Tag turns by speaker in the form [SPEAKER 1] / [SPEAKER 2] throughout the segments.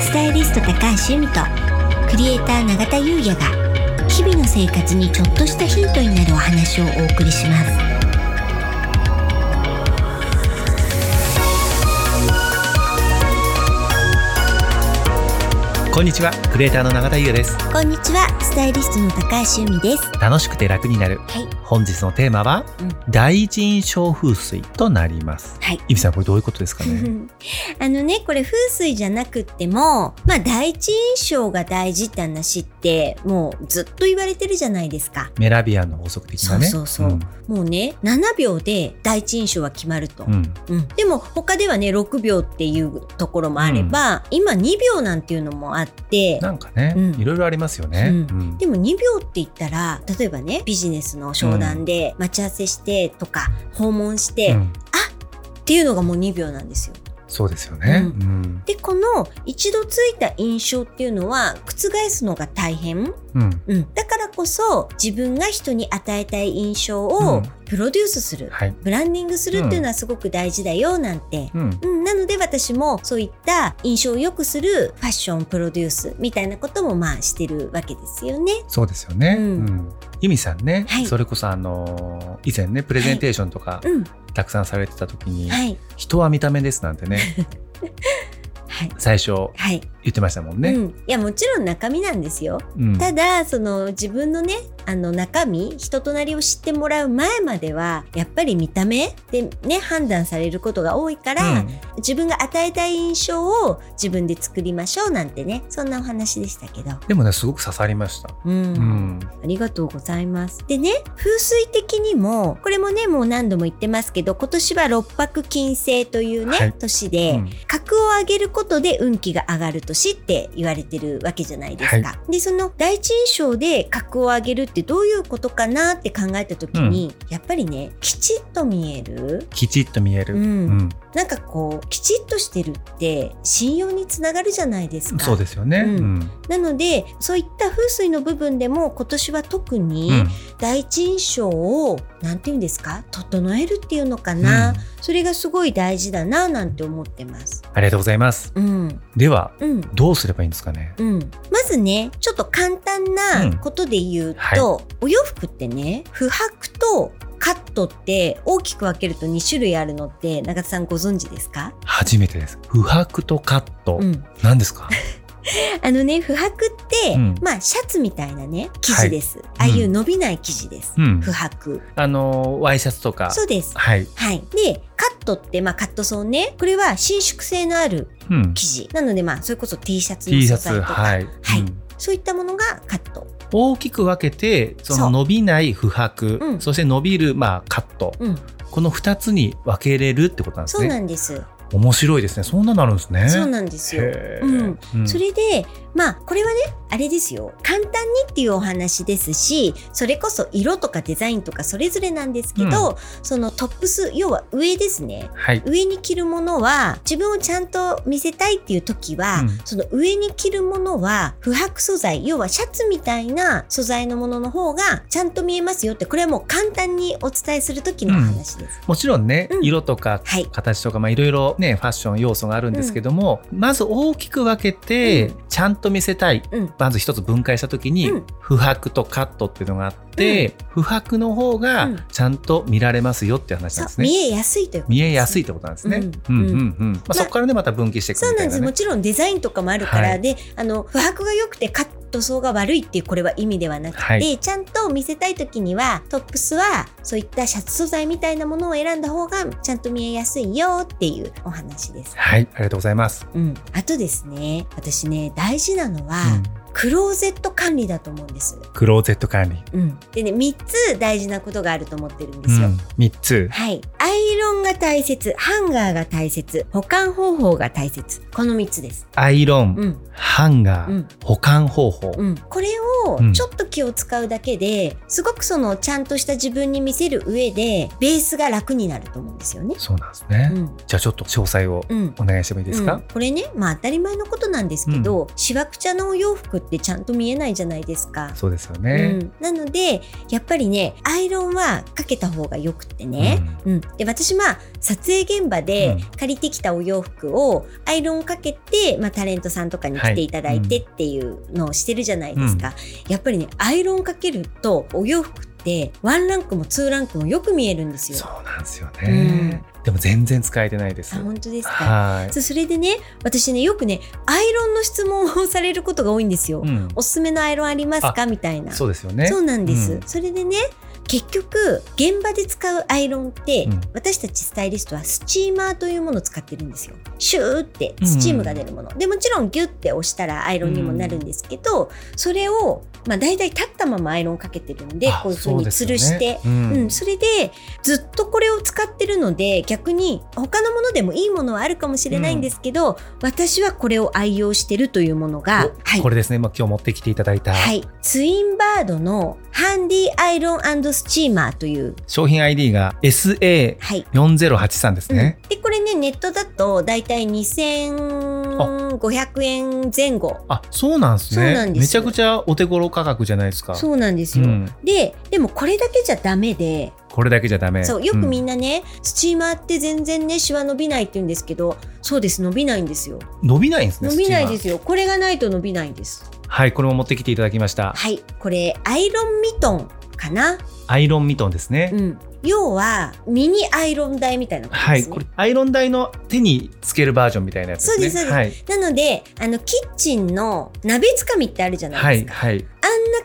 [SPEAKER 1] スタイリスト高橋由美とクリエイター永田優也が日々の生活にちょっとしたヒントになるお話をお送りします
[SPEAKER 2] こんにちはクリエイターの永田優也です
[SPEAKER 1] こんにちはスタイリストの高橋由美です
[SPEAKER 2] 楽しくて楽になる
[SPEAKER 1] はい
[SPEAKER 2] 本日のテーマは、
[SPEAKER 1] う
[SPEAKER 2] 第一印象風水となります
[SPEAKER 1] はい
[SPEAKER 2] イビさんこれどういうことです かね
[SPEAKER 1] あのねこれ風水じゃなくってもまあ第一印象が大事って話ってもうずっと言われてるじゃないですか
[SPEAKER 2] メラビアンの法則的なね
[SPEAKER 1] そうそうそうもうね7秒で第一印象は決まると、
[SPEAKER 2] うん、うん
[SPEAKER 1] うん、でも他ではね6秒っていうところもあれば、今2秒なんていうのもあって
[SPEAKER 2] なんかね、
[SPEAKER 1] うん
[SPEAKER 2] いろいろありますよね、
[SPEAKER 1] うん
[SPEAKER 2] うん
[SPEAKER 1] でも2秒って言ったら例えばねビジネスの商談で待ち合わせしてとか訪問して、っ
[SPEAKER 2] うん
[SPEAKER 1] ていうのがもう2秒なんですよ。
[SPEAKER 2] そうですよね、
[SPEAKER 1] う
[SPEAKER 2] うん
[SPEAKER 1] でこの一度ついた印象っていうのは覆すのが大変、
[SPEAKER 2] うん
[SPEAKER 1] うん、だからこそ自分が人に与えたい印象
[SPEAKER 2] う
[SPEAKER 1] を
[SPEAKER 2] ん
[SPEAKER 1] プロデュースする、
[SPEAKER 2] はい、
[SPEAKER 1] ブランディングするっていうのはすごく大事だよなんて、
[SPEAKER 2] うん
[SPEAKER 1] うん、なので私もそういった印象を良くするファッションプロデュースみたいなこともまあしてるわけですよね。
[SPEAKER 2] そうですよね、
[SPEAKER 1] う
[SPEAKER 2] うんん由美さんね、
[SPEAKER 1] はい
[SPEAKER 2] それこそあのー以前ねプレゼンテーションとか
[SPEAKER 1] うん、
[SPEAKER 2] たくさんされてた時に、
[SPEAKER 1] はい、
[SPEAKER 2] 人は見た目ですなんてね
[SPEAKER 1] はい、
[SPEAKER 2] 最初
[SPEAKER 1] はい、
[SPEAKER 2] 言ってましたもん
[SPEAKER 1] う
[SPEAKER 2] ね、
[SPEAKER 1] ん、いやもちろん中身なんですよ。
[SPEAKER 2] うん
[SPEAKER 1] ただその自分のねあの中身人となりを知ってもらう前まではやっぱり見た目でね判断されることが多いから、
[SPEAKER 2] うん
[SPEAKER 1] 自分が与えたい印象を自分で作りましょうなんてねそんなお話でしたけど。
[SPEAKER 2] でもねすごく刺さりました、うん
[SPEAKER 1] ありがとうございます。でね、風水的にも、これもね、もう何度も言ってますけど、今年は六白金星というね、
[SPEAKER 2] はい
[SPEAKER 1] 年
[SPEAKER 2] う
[SPEAKER 1] で、
[SPEAKER 2] ん
[SPEAKER 1] 格を上げることで運気が上がる年って言われてるわけじゃないですか。で、その第一印象で格を上げるってどういうことかなって考えた時に、やっぱりね、きちっと見える。
[SPEAKER 2] きちっと見える、
[SPEAKER 1] うん
[SPEAKER 2] うん
[SPEAKER 1] なんかこう、きちっとしてるって信用につながるじゃないですか。
[SPEAKER 2] そうですよね、
[SPEAKER 1] う
[SPEAKER 2] うんん
[SPEAKER 1] なので、そういった風水の部分でも今年は特に、
[SPEAKER 2] うん
[SPEAKER 1] 第一印象をなんていうんですか整えるっていうのかな、
[SPEAKER 2] うん
[SPEAKER 1] それがすごい大事だななんて思ってます。
[SPEAKER 2] ありがとうございます
[SPEAKER 1] うん
[SPEAKER 2] では
[SPEAKER 1] うん
[SPEAKER 2] どうすればいいんですかね
[SPEAKER 1] うん、まずねちょっと簡単
[SPEAKER 2] う
[SPEAKER 1] なんことで言うと、お洋服ってね不白とカットって大きく分けると2種類あるのって永田さんご存知ですか、
[SPEAKER 2] 初めてです不白とカット、
[SPEAKER 1] うん、
[SPEAKER 2] 何で すか
[SPEAKER 1] あのね不白って、
[SPEAKER 2] うん
[SPEAKER 1] まあシャツみたいなね生地です、
[SPEAKER 2] い
[SPEAKER 1] ああいう伸びない生地です、
[SPEAKER 2] うん
[SPEAKER 1] 不白
[SPEAKER 2] あのワイシャツとか
[SPEAKER 1] そうです
[SPEAKER 2] はい、
[SPEAKER 1] はい。で、カットって、まあ、カットソーね。これは伸縮性のある
[SPEAKER 2] うん、
[SPEAKER 1] 生地。なので、まあ、それこそ T シャツの
[SPEAKER 2] T シ
[SPEAKER 1] 素
[SPEAKER 2] ャ
[SPEAKER 1] 材
[SPEAKER 2] ツ
[SPEAKER 1] とか、
[SPEAKER 2] はい、
[SPEAKER 1] はい
[SPEAKER 2] うん
[SPEAKER 1] そういったものがカット。
[SPEAKER 2] 大きく分けてそ
[SPEAKER 1] そう
[SPEAKER 2] の伸びない不白
[SPEAKER 1] うん
[SPEAKER 2] そして伸びる、まあ、カット
[SPEAKER 1] うん。
[SPEAKER 2] この2つに分けれるってことなんで
[SPEAKER 1] そ
[SPEAKER 2] す
[SPEAKER 1] う
[SPEAKER 2] ね
[SPEAKER 1] なんです。
[SPEAKER 2] 面白いですねそんなのあるんですね
[SPEAKER 1] そうなんですよ。
[SPEAKER 2] へ
[SPEAKER 1] うん
[SPEAKER 2] ーうん
[SPEAKER 1] それで、まあ、これはね、あれですよ。簡単にっていうお話ですし、それこそ色とかデザインとかそれぞれなんですけど、そのトップス、要は上ですね。
[SPEAKER 2] はい
[SPEAKER 1] 上に着るものは自分をちゃんと見せたいっていう時は、
[SPEAKER 2] うん
[SPEAKER 1] その上に着るものは不白素材要はシャツみたいな素材のものの方がちゃんと見えますよってこれはもう簡単にお伝えする時の話です。
[SPEAKER 2] もちろんね、
[SPEAKER 1] うん
[SPEAKER 2] 色とか
[SPEAKER 1] はい
[SPEAKER 2] 形とかまあいろいろねファッション要素があるんですけども、まず大きく分けて
[SPEAKER 1] う
[SPEAKER 2] ちゃんと見せたい、
[SPEAKER 1] うん
[SPEAKER 2] まず一つ分解した時に、
[SPEAKER 1] うん
[SPEAKER 2] 不白とカットっていうのがあって、不白の方
[SPEAKER 1] う
[SPEAKER 2] が
[SPEAKER 1] ん
[SPEAKER 2] ちゃんと見られますよっていう話
[SPEAKER 1] そ
[SPEAKER 2] なん
[SPEAKER 1] う
[SPEAKER 2] ですね。
[SPEAKER 1] 見えやすいということ
[SPEAKER 2] 見えやす
[SPEAKER 1] い。
[SPEAKER 2] いってことなんですね。
[SPEAKER 1] う
[SPEAKER 2] うんんうんうん。ま
[SPEAKER 1] あ
[SPEAKER 2] あそこからねまた分岐していく
[SPEAKER 1] そう
[SPEAKER 2] み
[SPEAKER 1] な
[SPEAKER 2] た
[SPEAKER 1] ん
[SPEAKER 2] い
[SPEAKER 1] で
[SPEAKER 2] な
[SPEAKER 1] す。も
[SPEAKER 2] ね。
[SPEAKER 1] ちろんデザインとかもあるから、
[SPEAKER 2] はい
[SPEAKER 1] で、あの、不白が良くてカット層が悪いっていうこれは意味ではなくて、
[SPEAKER 2] はい。
[SPEAKER 1] ちゃんと見せたい時には、トップスはそういったシャツ素材みたいなものを選んだ方がちゃんと見えやすいよっていうお話です。
[SPEAKER 2] はい。ありがとうございます。
[SPEAKER 1] うん。あとですね、私ね、大事なのは、
[SPEAKER 2] うん
[SPEAKER 1] クローゼット管理だと思うんです。
[SPEAKER 2] クローゼット管理。
[SPEAKER 1] うん、でね3つ大事なことがあると思ってるんで
[SPEAKER 2] う
[SPEAKER 1] すよ。
[SPEAKER 2] ん。三つ。
[SPEAKER 1] はい。アイロンが大切、ハンガーが大切、保管方法が大切。この3つです。
[SPEAKER 2] アイロン、
[SPEAKER 1] うん、
[SPEAKER 2] ハンガー、
[SPEAKER 1] うん
[SPEAKER 2] 保管方法。
[SPEAKER 1] うん。これ
[SPEAKER 2] う
[SPEAKER 1] を
[SPEAKER 2] ん
[SPEAKER 1] ちょっと気を使うだけで、すごくそのちゃんとした自分に見せる上で、ベースが楽になると思うんですよね。
[SPEAKER 2] そうなんですね。
[SPEAKER 1] うん。
[SPEAKER 2] じゃあちょっと詳細を
[SPEAKER 1] うん。
[SPEAKER 2] お願いしてもいいですか。
[SPEAKER 1] うんこれね、まあ当たり前のことなんですけど、しわくちゃのお洋服っってちゃんと見えないじゃないですか。
[SPEAKER 2] そうですよ
[SPEAKER 1] う
[SPEAKER 2] ね。
[SPEAKER 1] ん、なのでやっぱりねアイロンはかけた方がよくってね、うんで私まあ撮影現場で
[SPEAKER 2] うん
[SPEAKER 1] 借りてきたお洋服をアイロンかけて、まあ、タレントさんとかに着ていただいてっていうのをしてるじゃないですか、やっぱりねアイロンかけるとお洋服ってワンランクもツーランクもよく見えるんですよ。
[SPEAKER 2] そうなんですよね。でも全然使えてないです
[SPEAKER 1] あ。本当ですか
[SPEAKER 2] は
[SPEAKER 1] そうそれでね私ねよくねアイロンの質問をされることが多いんですよ。
[SPEAKER 2] い。うん。
[SPEAKER 1] おすすめのアイロンありますかみたいな。
[SPEAKER 2] そうですよね。
[SPEAKER 1] そうなんです、
[SPEAKER 2] うん
[SPEAKER 1] それでね結局現場で使うアイロンって、
[SPEAKER 2] うん
[SPEAKER 1] 私たちスタイリストはスチーマーというものを使ってるんですよシューってスチームが出るもの、でもちろんギュッて押したらアイロンにもなるんですけど、それを、まあ、大体立ったままアイロンかけてるんで
[SPEAKER 2] あ
[SPEAKER 1] こういうふうに吊
[SPEAKER 2] そうで
[SPEAKER 1] る
[SPEAKER 2] す
[SPEAKER 1] し
[SPEAKER 2] よ
[SPEAKER 1] て、
[SPEAKER 2] ねうん
[SPEAKER 1] うん、それでずっとこれを使ってるので逆に他のものでもいいものはあるかもしれないんですけど、私はこれを愛用してるというものが、
[SPEAKER 2] お
[SPEAKER 1] はい
[SPEAKER 2] こ、れですね。まあ今日持ってきていただいた
[SPEAKER 1] はい、ツインバードのハンディアイロンスチーマーという、
[SPEAKER 2] 商品 ID が SA
[SPEAKER 1] はい
[SPEAKER 2] 四ゼロ八三です
[SPEAKER 1] うん
[SPEAKER 2] ね。
[SPEAKER 1] でこれねネットだとだいたい2500円前後
[SPEAKER 2] あ、そうなんです
[SPEAKER 1] そうなんです
[SPEAKER 2] ね。めちゃくちゃお手頃価格じゃないですか。
[SPEAKER 1] そうなんですよ、
[SPEAKER 2] うん
[SPEAKER 1] ででもこれだけじゃダメで、
[SPEAKER 2] これだけじゃダメ。
[SPEAKER 1] そうよくみ
[SPEAKER 2] うん
[SPEAKER 1] なね、スチーマーって全然ねシワ伸びないって言うんですけどそうです伸びないんですよ
[SPEAKER 2] ん伸びないんですね。
[SPEAKER 1] 伸びないで
[SPEAKER 2] ス
[SPEAKER 1] すよこれがないと伸びないんです
[SPEAKER 2] チーマーはい、これも持ってきていただきました。
[SPEAKER 1] はいこれアイロンミトンかな、
[SPEAKER 2] アイロンミトンですね
[SPEAKER 1] う。ん、要はミニアイロン台みたいな感じ
[SPEAKER 2] は
[SPEAKER 1] で
[SPEAKER 2] い、
[SPEAKER 1] すね、
[SPEAKER 2] これアイロン台の手につけるバージョンみたいなやつです
[SPEAKER 1] そう
[SPEAKER 2] ね。
[SPEAKER 1] ですそう
[SPEAKER 2] はい、
[SPEAKER 1] なので、あの、キッチンの鍋つかみってあるじゃな
[SPEAKER 2] は
[SPEAKER 1] で
[SPEAKER 2] い
[SPEAKER 1] す
[SPEAKER 2] い、
[SPEAKER 1] か。
[SPEAKER 2] は
[SPEAKER 1] あ
[SPEAKER 2] い、
[SPEAKER 1] んな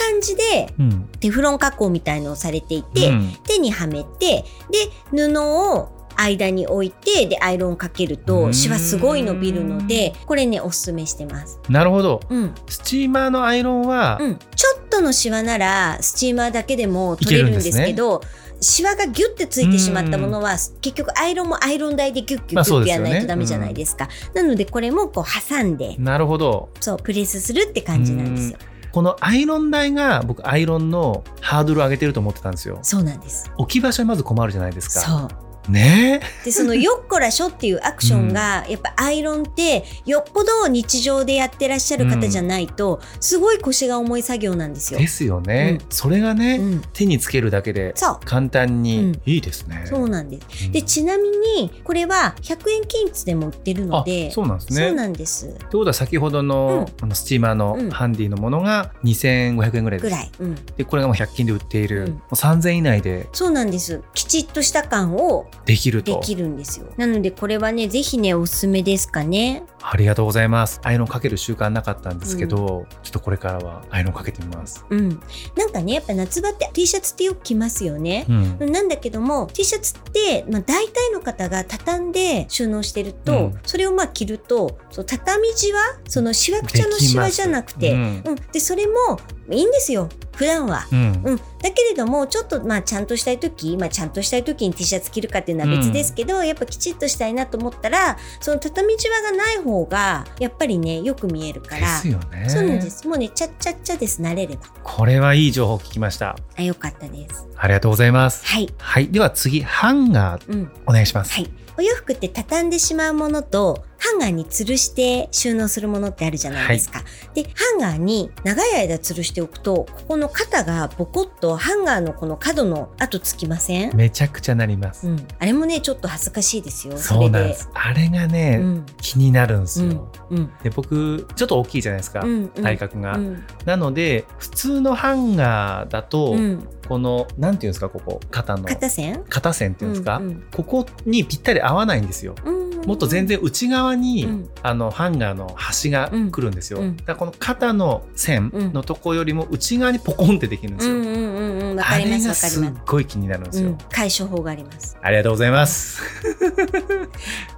[SPEAKER 1] 感じで、
[SPEAKER 2] うん、
[SPEAKER 1] テフロン加工みたいのをされていて、
[SPEAKER 2] うん
[SPEAKER 1] 手にはめて、で、布を間に置いて、で、アイロンかける
[SPEAKER 2] うー
[SPEAKER 1] と、
[SPEAKER 2] ん
[SPEAKER 1] シワすごい伸びるので、これね、おすすめしてます。
[SPEAKER 2] なるほど。
[SPEAKER 1] うん。
[SPEAKER 2] スチーマーのアイロンは、
[SPEAKER 1] うん。ちょっとのシワなら、スチーマーだけでも取れるんですけど、シワがギュッてついてしまったものは結局アイロンもアイロン台でギュッギュッ
[SPEAKER 2] まあ
[SPEAKER 1] ギ
[SPEAKER 2] そ
[SPEAKER 1] ュッ
[SPEAKER 2] う
[SPEAKER 1] て
[SPEAKER 2] です
[SPEAKER 1] や
[SPEAKER 2] よ
[SPEAKER 1] ら
[SPEAKER 2] ね
[SPEAKER 1] ないとダメじゃないですか、なのでこれもこう挟んで
[SPEAKER 2] なるほど。
[SPEAKER 1] そう、プレスするって感じなんですよ。
[SPEAKER 2] このアイロン台が僕アイロンのハードルを上げてると思ってたんですよ。
[SPEAKER 1] そうなんです。
[SPEAKER 2] 置き場所にまず困るじゃないですか。
[SPEAKER 1] そう。
[SPEAKER 2] ねえ、
[SPEAKER 1] で、そのよっこらしょっていうアクションが、やっぱアイロンって、よっぽど日常でやってらっしゃる方じゃないと、すごい腰が重い作業なんですよ
[SPEAKER 2] で。すよね。それがね、
[SPEAKER 1] うん。
[SPEAKER 2] 手につけるだけで
[SPEAKER 1] そう。
[SPEAKER 2] 簡単に、
[SPEAKER 1] うん
[SPEAKER 2] いいですね。
[SPEAKER 1] そうなんです。
[SPEAKER 2] うん
[SPEAKER 1] で、ちなみに、これは100円均一でも売ってるの
[SPEAKER 2] あ
[SPEAKER 1] で、
[SPEAKER 2] そうなんですね。
[SPEAKER 1] そう
[SPEAKER 2] っ
[SPEAKER 1] なんです。
[SPEAKER 2] てことは先ほどの,、あのスチーマー
[SPEAKER 1] うん
[SPEAKER 2] のハンディのものが2500円ぐらい
[SPEAKER 1] ぐ
[SPEAKER 2] です
[SPEAKER 1] らい。うん。
[SPEAKER 2] でこれがもう100均で売っている、
[SPEAKER 1] うん
[SPEAKER 2] もう3000以内で
[SPEAKER 1] そうなんです。きちっとした感を
[SPEAKER 2] できる
[SPEAKER 1] で
[SPEAKER 2] と
[SPEAKER 1] きるんですよ。なので、これはね、ぜひね、おすすめですかね。
[SPEAKER 2] ありがとうございますアイロンかける習慣なかったんですけど、ちょっとこれからはアイロンかけてみます、
[SPEAKER 1] うん。なんかね、やっぱ夏場って T シャツってよく着ますよね。
[SPEAKER 2] うん
[SPEAKER 1] なんだけども T シャツって、まあ、大体の方が畳んで収納してると、
[SPEAKER 2] うん
[SPEAKER 1] それをまあ着るとそう畳じわそのしわくちゃのしわじゃなくて、
[SPEAKER 2] う
[SPEAKER 1] うん
[SPEAKER 2] ん
[SPEAKER 1] でそれもいいんですよ普段は。
[SPEAKER 2] うん
[SPEAKER 1] うん、だけれどもちょっとまあちゃんとしたい時、まあ、ちゃんとしたい時に T シャツ着るかっていうのは別ですけど、やっぱきちっとしたいなと思ったらその畳じわがない方がやっぱりねよく見えるか
[SPEAKER 2] で
[SPEAKER 1] ら
[SPEAKER 2] す。よね
[SPEAKER 1] そうなんです。もうね、ちゃっちゃっちゃです。慣れれば。
[SPEAKER 2] これはいい情報を聞きました
[SPEAKER 1] あ、よかったです。
[SPEAKER 2] ありがとうございます
[SPEAKER 1] はい。
[SPEAKER 2] はいでは次ハンガー
[SPEAKER 1] うん。
[SPEAKER 2] お願いします、
[SPEAKER 1] はい、お洋服って畳んでしまうものとハンガーに吊るして収納するものってあるじゃないですか。でハンガーに長い間吊るしておくとここの肩がボコッとハンガーのこの角の跡つきません、
[SPEAKER 2] めちゃくちゃなります、
[SPEAKER 1] うん、あれもねちょっと恥ずかしいですよ。
[SPEAKER 2] そうなん
[SPEAKER 1] れ
[SPEAKER 2] ですあれがね、
[SPEAKER 1] うん
[SPEAKER 2] 気になるんですよ、
[SPEAKER 1] うん
[SPEAKER 2] で僕ちょっと大きいじゃないですか、
[SPEAKER 1] うんうん
[SPEAKER 2] 体格が、
[SPEAKER 1] うん
[SPEAKER 2] なので普通のハンガーだと、
[SPEAKER 1] うん、
[SPEAKER 2] このなんていうんですかここ肩の
[SPEAKER 1] 肩線
[SPEAKER 2] 肩線っていうんですか、
[SPEAKER 1] うんうん
[SPEAKER 2] ここにぴったり合わないんですよ
[SPEAKER 1] うん
[SPEAKER 2] もっと全然内側に、
[SPEAKER 1] うん
[SPEAKER 2] あのハンガーの端が来るんですよ、
[SPEAKER 1] うん
[SPEAKER 2] だからこの肩の線のとこよりも内側にポコンってできるんで
[SPEAKER 1] う
[SPEAKER 2] すよ、
[SPEAKER 1] んうんうんうんわ
[SPEAKER 2] あ
[SPEAKER 1] かり
[SPEAKER 2] れ
[SPEAKER 1] ます
[SPEAKER 2] が
[SPEAKER 1] わかり
[SPEAKER 2] すっ
[SPEAKER 1] ま
[SPEAKER 2] ごい気になるんです
[SPEAKER 1] す。
[SPEAKER 2] よ、
[SPEAKER 1] うん、解消法があります。
[SPEAKER 2] ありがとうございます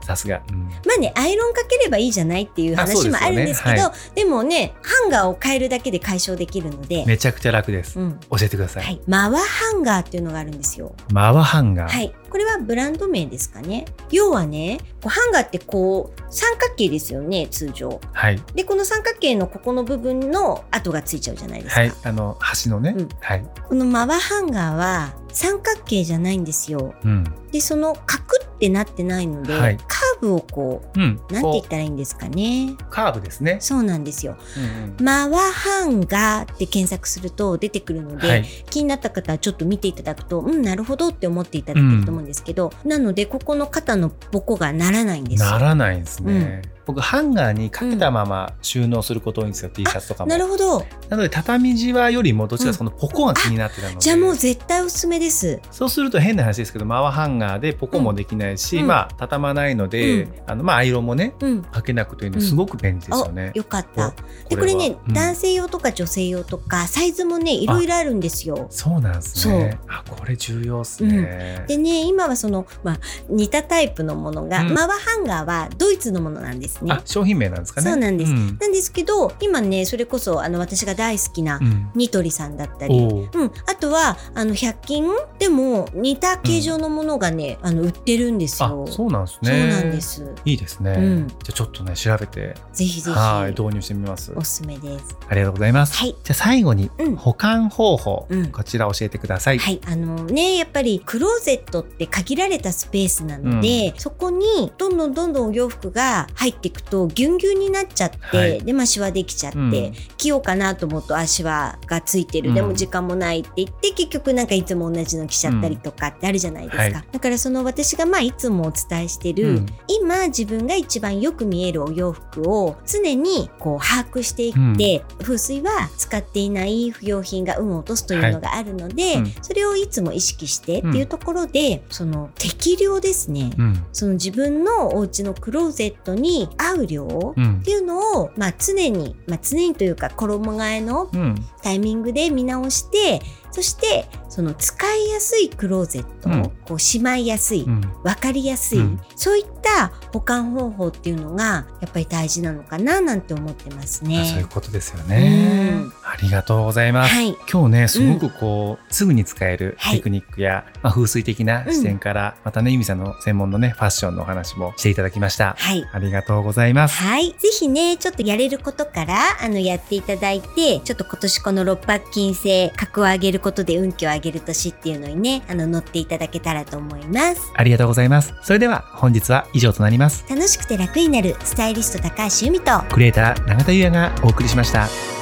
[SPEAKER 2] さすが、うん
[SPEAKER 1] まあね、アイロンかければいいじゃないっていう
[SPEAKER 2] あそう
[SPEAKER 1] 話
[SPEAKER 2] ですよ
[SPEAKER 1] も
[SPEAKER 2] ね
[SPEAKER 1] あるんですけど、で
[SPEAKER 2] は
[SPEAKER 1] もね、ハンガーを変えるだけで解消できるので、
[SPEAKER 2] めちゃくちゃ楽です、
[SPEAKER 1] うん。
[SPEAKER 2] 教えてください、
[SPEAKER 1] はい。マワハンガーっていうのがあるんですよ。
[SPEAKER 2] マワハンガー、
[SPEAKER 1] はい。これはブランド名ですかね。要はね、こうハンガーってこう三角形ですよね、通常。
[SPEAKER 2] はい。
[SPEAKER 1] で、この三角形のここの部分の跡がついちゃうじゃないですか。
[SPEAKER 2] はい。あの、橋のね。
[SPEAKER 1] うん
[SPEAKER 2] はい。
[SPEAKER 1] このマワハンガーは三角形じゃないんですよ。
[SPEAKER 2] うん。
[SPEAKER 1] で、そのカクってなってないので、
[SPEAKER 2] はい
[SPEAKER 1] カーブをこ
[SPEAKER 2] うん。
[SPEAKER 1] う、なんて言ったらいいんですかね。
[SPEAKER 2] こうカーブですね。
[SPEAKER 1] そうなんですよ。
[SPEAKER 2] うんうん
[SPEAKER 1] マワハンガーって検索すると出てくるので、
[SPEAKER 2] はい。
[SPEAKER 1] 気になった方はちょっと見ていただくと、うん、なるほどって思っていただけると思うんですけど、なので、ここの肩のボコがならないんですよ。
[SPEAKER 2] な
[SPEAKER 1] な
[SPEAKER 2] らないんですね。僕ハンガーにかけたまま収納すること多いんですよ、T シャツとかも。
[SPEAKER 1] るほど。
[SPEAKER 2] なので畳じわよりもどちらかそのポコが気になってたので、
[SPEAKER 1] じゃあもう絶対おすすめです。
[SPEAKER 2] そうすると変な話ですけどマワハンガーでポコもできないし、
[SPEAKER 1] うん
[SPEAKER 2] まあ畳まないので、
[SPEAKER 1] うん
[SPEAKER 2] あのまあアイロンもね
[SPEAKER 1] うん。
[SPEAKER 2] かけなくていいのですごく便利ですよね。
[SPEAKER 1] よかった。で、こ
[SPEAKER 2] は
[SPEAKER 1] れね、
[SPEAKER 2] うん
[SPEAKER 1] 男性用とか女性用とか、サイズもね、いろいろあるんですよ。
[SPEAKER 2] そうなんですね。あこれ重要ですね。
[SPEAKER 1] でね、今はその、まあ、似たタイプのものが、
[SPEAKER 2] うん
[SPEAKER 1] マワハンガーはドイツのものなんですね。
[SPEAKER 2] あ商品名なんですかね。
[SPEAKER 1] そうなんです
[SPEAKER 2] うん
[SPEAKER 1] なんですけど、今ね、それこそ、あの、私が大好きな
[SPEAKER 2] う、ん
[SPEAKER 1] ニトリさんだったり、
[SPEAKER 2] おー
[SPEAKER 1] うん、あとはあの100均でも似た形状のものがね、あの売ってるんですよ。
[SPEAKER 2] あそうなんですね。
[SPEAKER 1] そうなんで。す。
[SPEAKER 2] いいですね。
[SPEAKER 1] うん
[SPEAKER 2] じゃあちょっとね調べて
[SPEAKER 1] ぜひぜひ
[SPEAKER 2] はい導入してみます。
[SPEAKER 1] おすすめです。
[SPEAKER 2] ありがとうございます。
[SPEAKER 1] はい。
[SPEAKER 2] じゃあ最後に
[SPEAKER 1] うん
[SPEAKER 2] 保管方法、
[SPEAKER 1] うん
[SPEAKER 2] こちら教えてください。
[SPEAKER 1] はい、あのねやっぱりクローゼットって限られたスペースなので、そこにどんどんどんどんお洋服が入っていくとギュンギュンになっちゃって、
[SPEAKER 2] はい
[SPEAKER 1] でまあシワできちゃって、
[SPEAKER 2] うん
[SPEAKER 1] 着ようかなと思うとあシワがついてる、
[SPEAKER 2] うん
[SPEAKER 1] でも時間もないって言って結局なんかいつも同じの着ちゃったりとかってあるじゃないですか、
[SPEAKER 2] うんは
[SPEAKER 1] だからその私がまあいつもお伝えしてる、
[SPEAKER 2] うん
[SPEAKER 1] 今自分が一番よく見えるお洋服を常にこう把握していって、風水は使っていない不用品が運を落とすというのがあるので、
[SPEAKER 2] うん
[SPEAKER 1] それをいつも意識してっていうところで、その適量ですね、
[SPEAKER 2] うん
[SPEAKER 1] その自分のお家のクローゼットに合う量っ
[SPEAKER 2] うん
[SPEAKER 1] ていうのを、まあ、常に、まあ、常にというか衣替えの
[SPEAKER 2] うん
[SPEAKER 1] タイミングで見直してそしてその使いやすいクローゼット、
[SPEAKER 2] うん
[SPEAKER 1] こうしまいやすい、
[SPEAKER 2] うん
[SPEAKER 1] わかりやすい、
[SPEAKER 2] うん
[SPEAKER 1] そういった保管方法っていうのがやっぱり大事なのかななんて思ってます
[SPEAKER 2] まあそうい
[SPEAKER 1] ね
[SPEAKER 2] う。ことですよね
[SPEAKER 1] うん。
[SPEAKER 2] ありがとうございます。
[SPEAKER 1] はい、
[SPEAKER 2] 今日ねすごくこう、すぐに使える
[SPEAKER 1] はい
[SPEAKER 2] テクニックや、まあ、風水的な視点から、またねゆみさんの専門のねファッションのお話もしていただきました。
[SPEAKER 1] はい
[SPEAKER 2] ありがとうございます。
[SPEAKER 1] はい。ぜひね、ちょっとやれることから、あの、やっていただいて、ちょっと今年この六白金星、格を上げることで運気を上げる年っていうのにね、あの、乗っていただけたらと思います。
[SPEAKER 2] ありがとうございます。それでは本日は以上となります。
[SPEAKER 1] 楽しくて楽になる、スタイリスト高橋由美と、
[SPEAKER 2] クリエイター永田優也がお送りしました。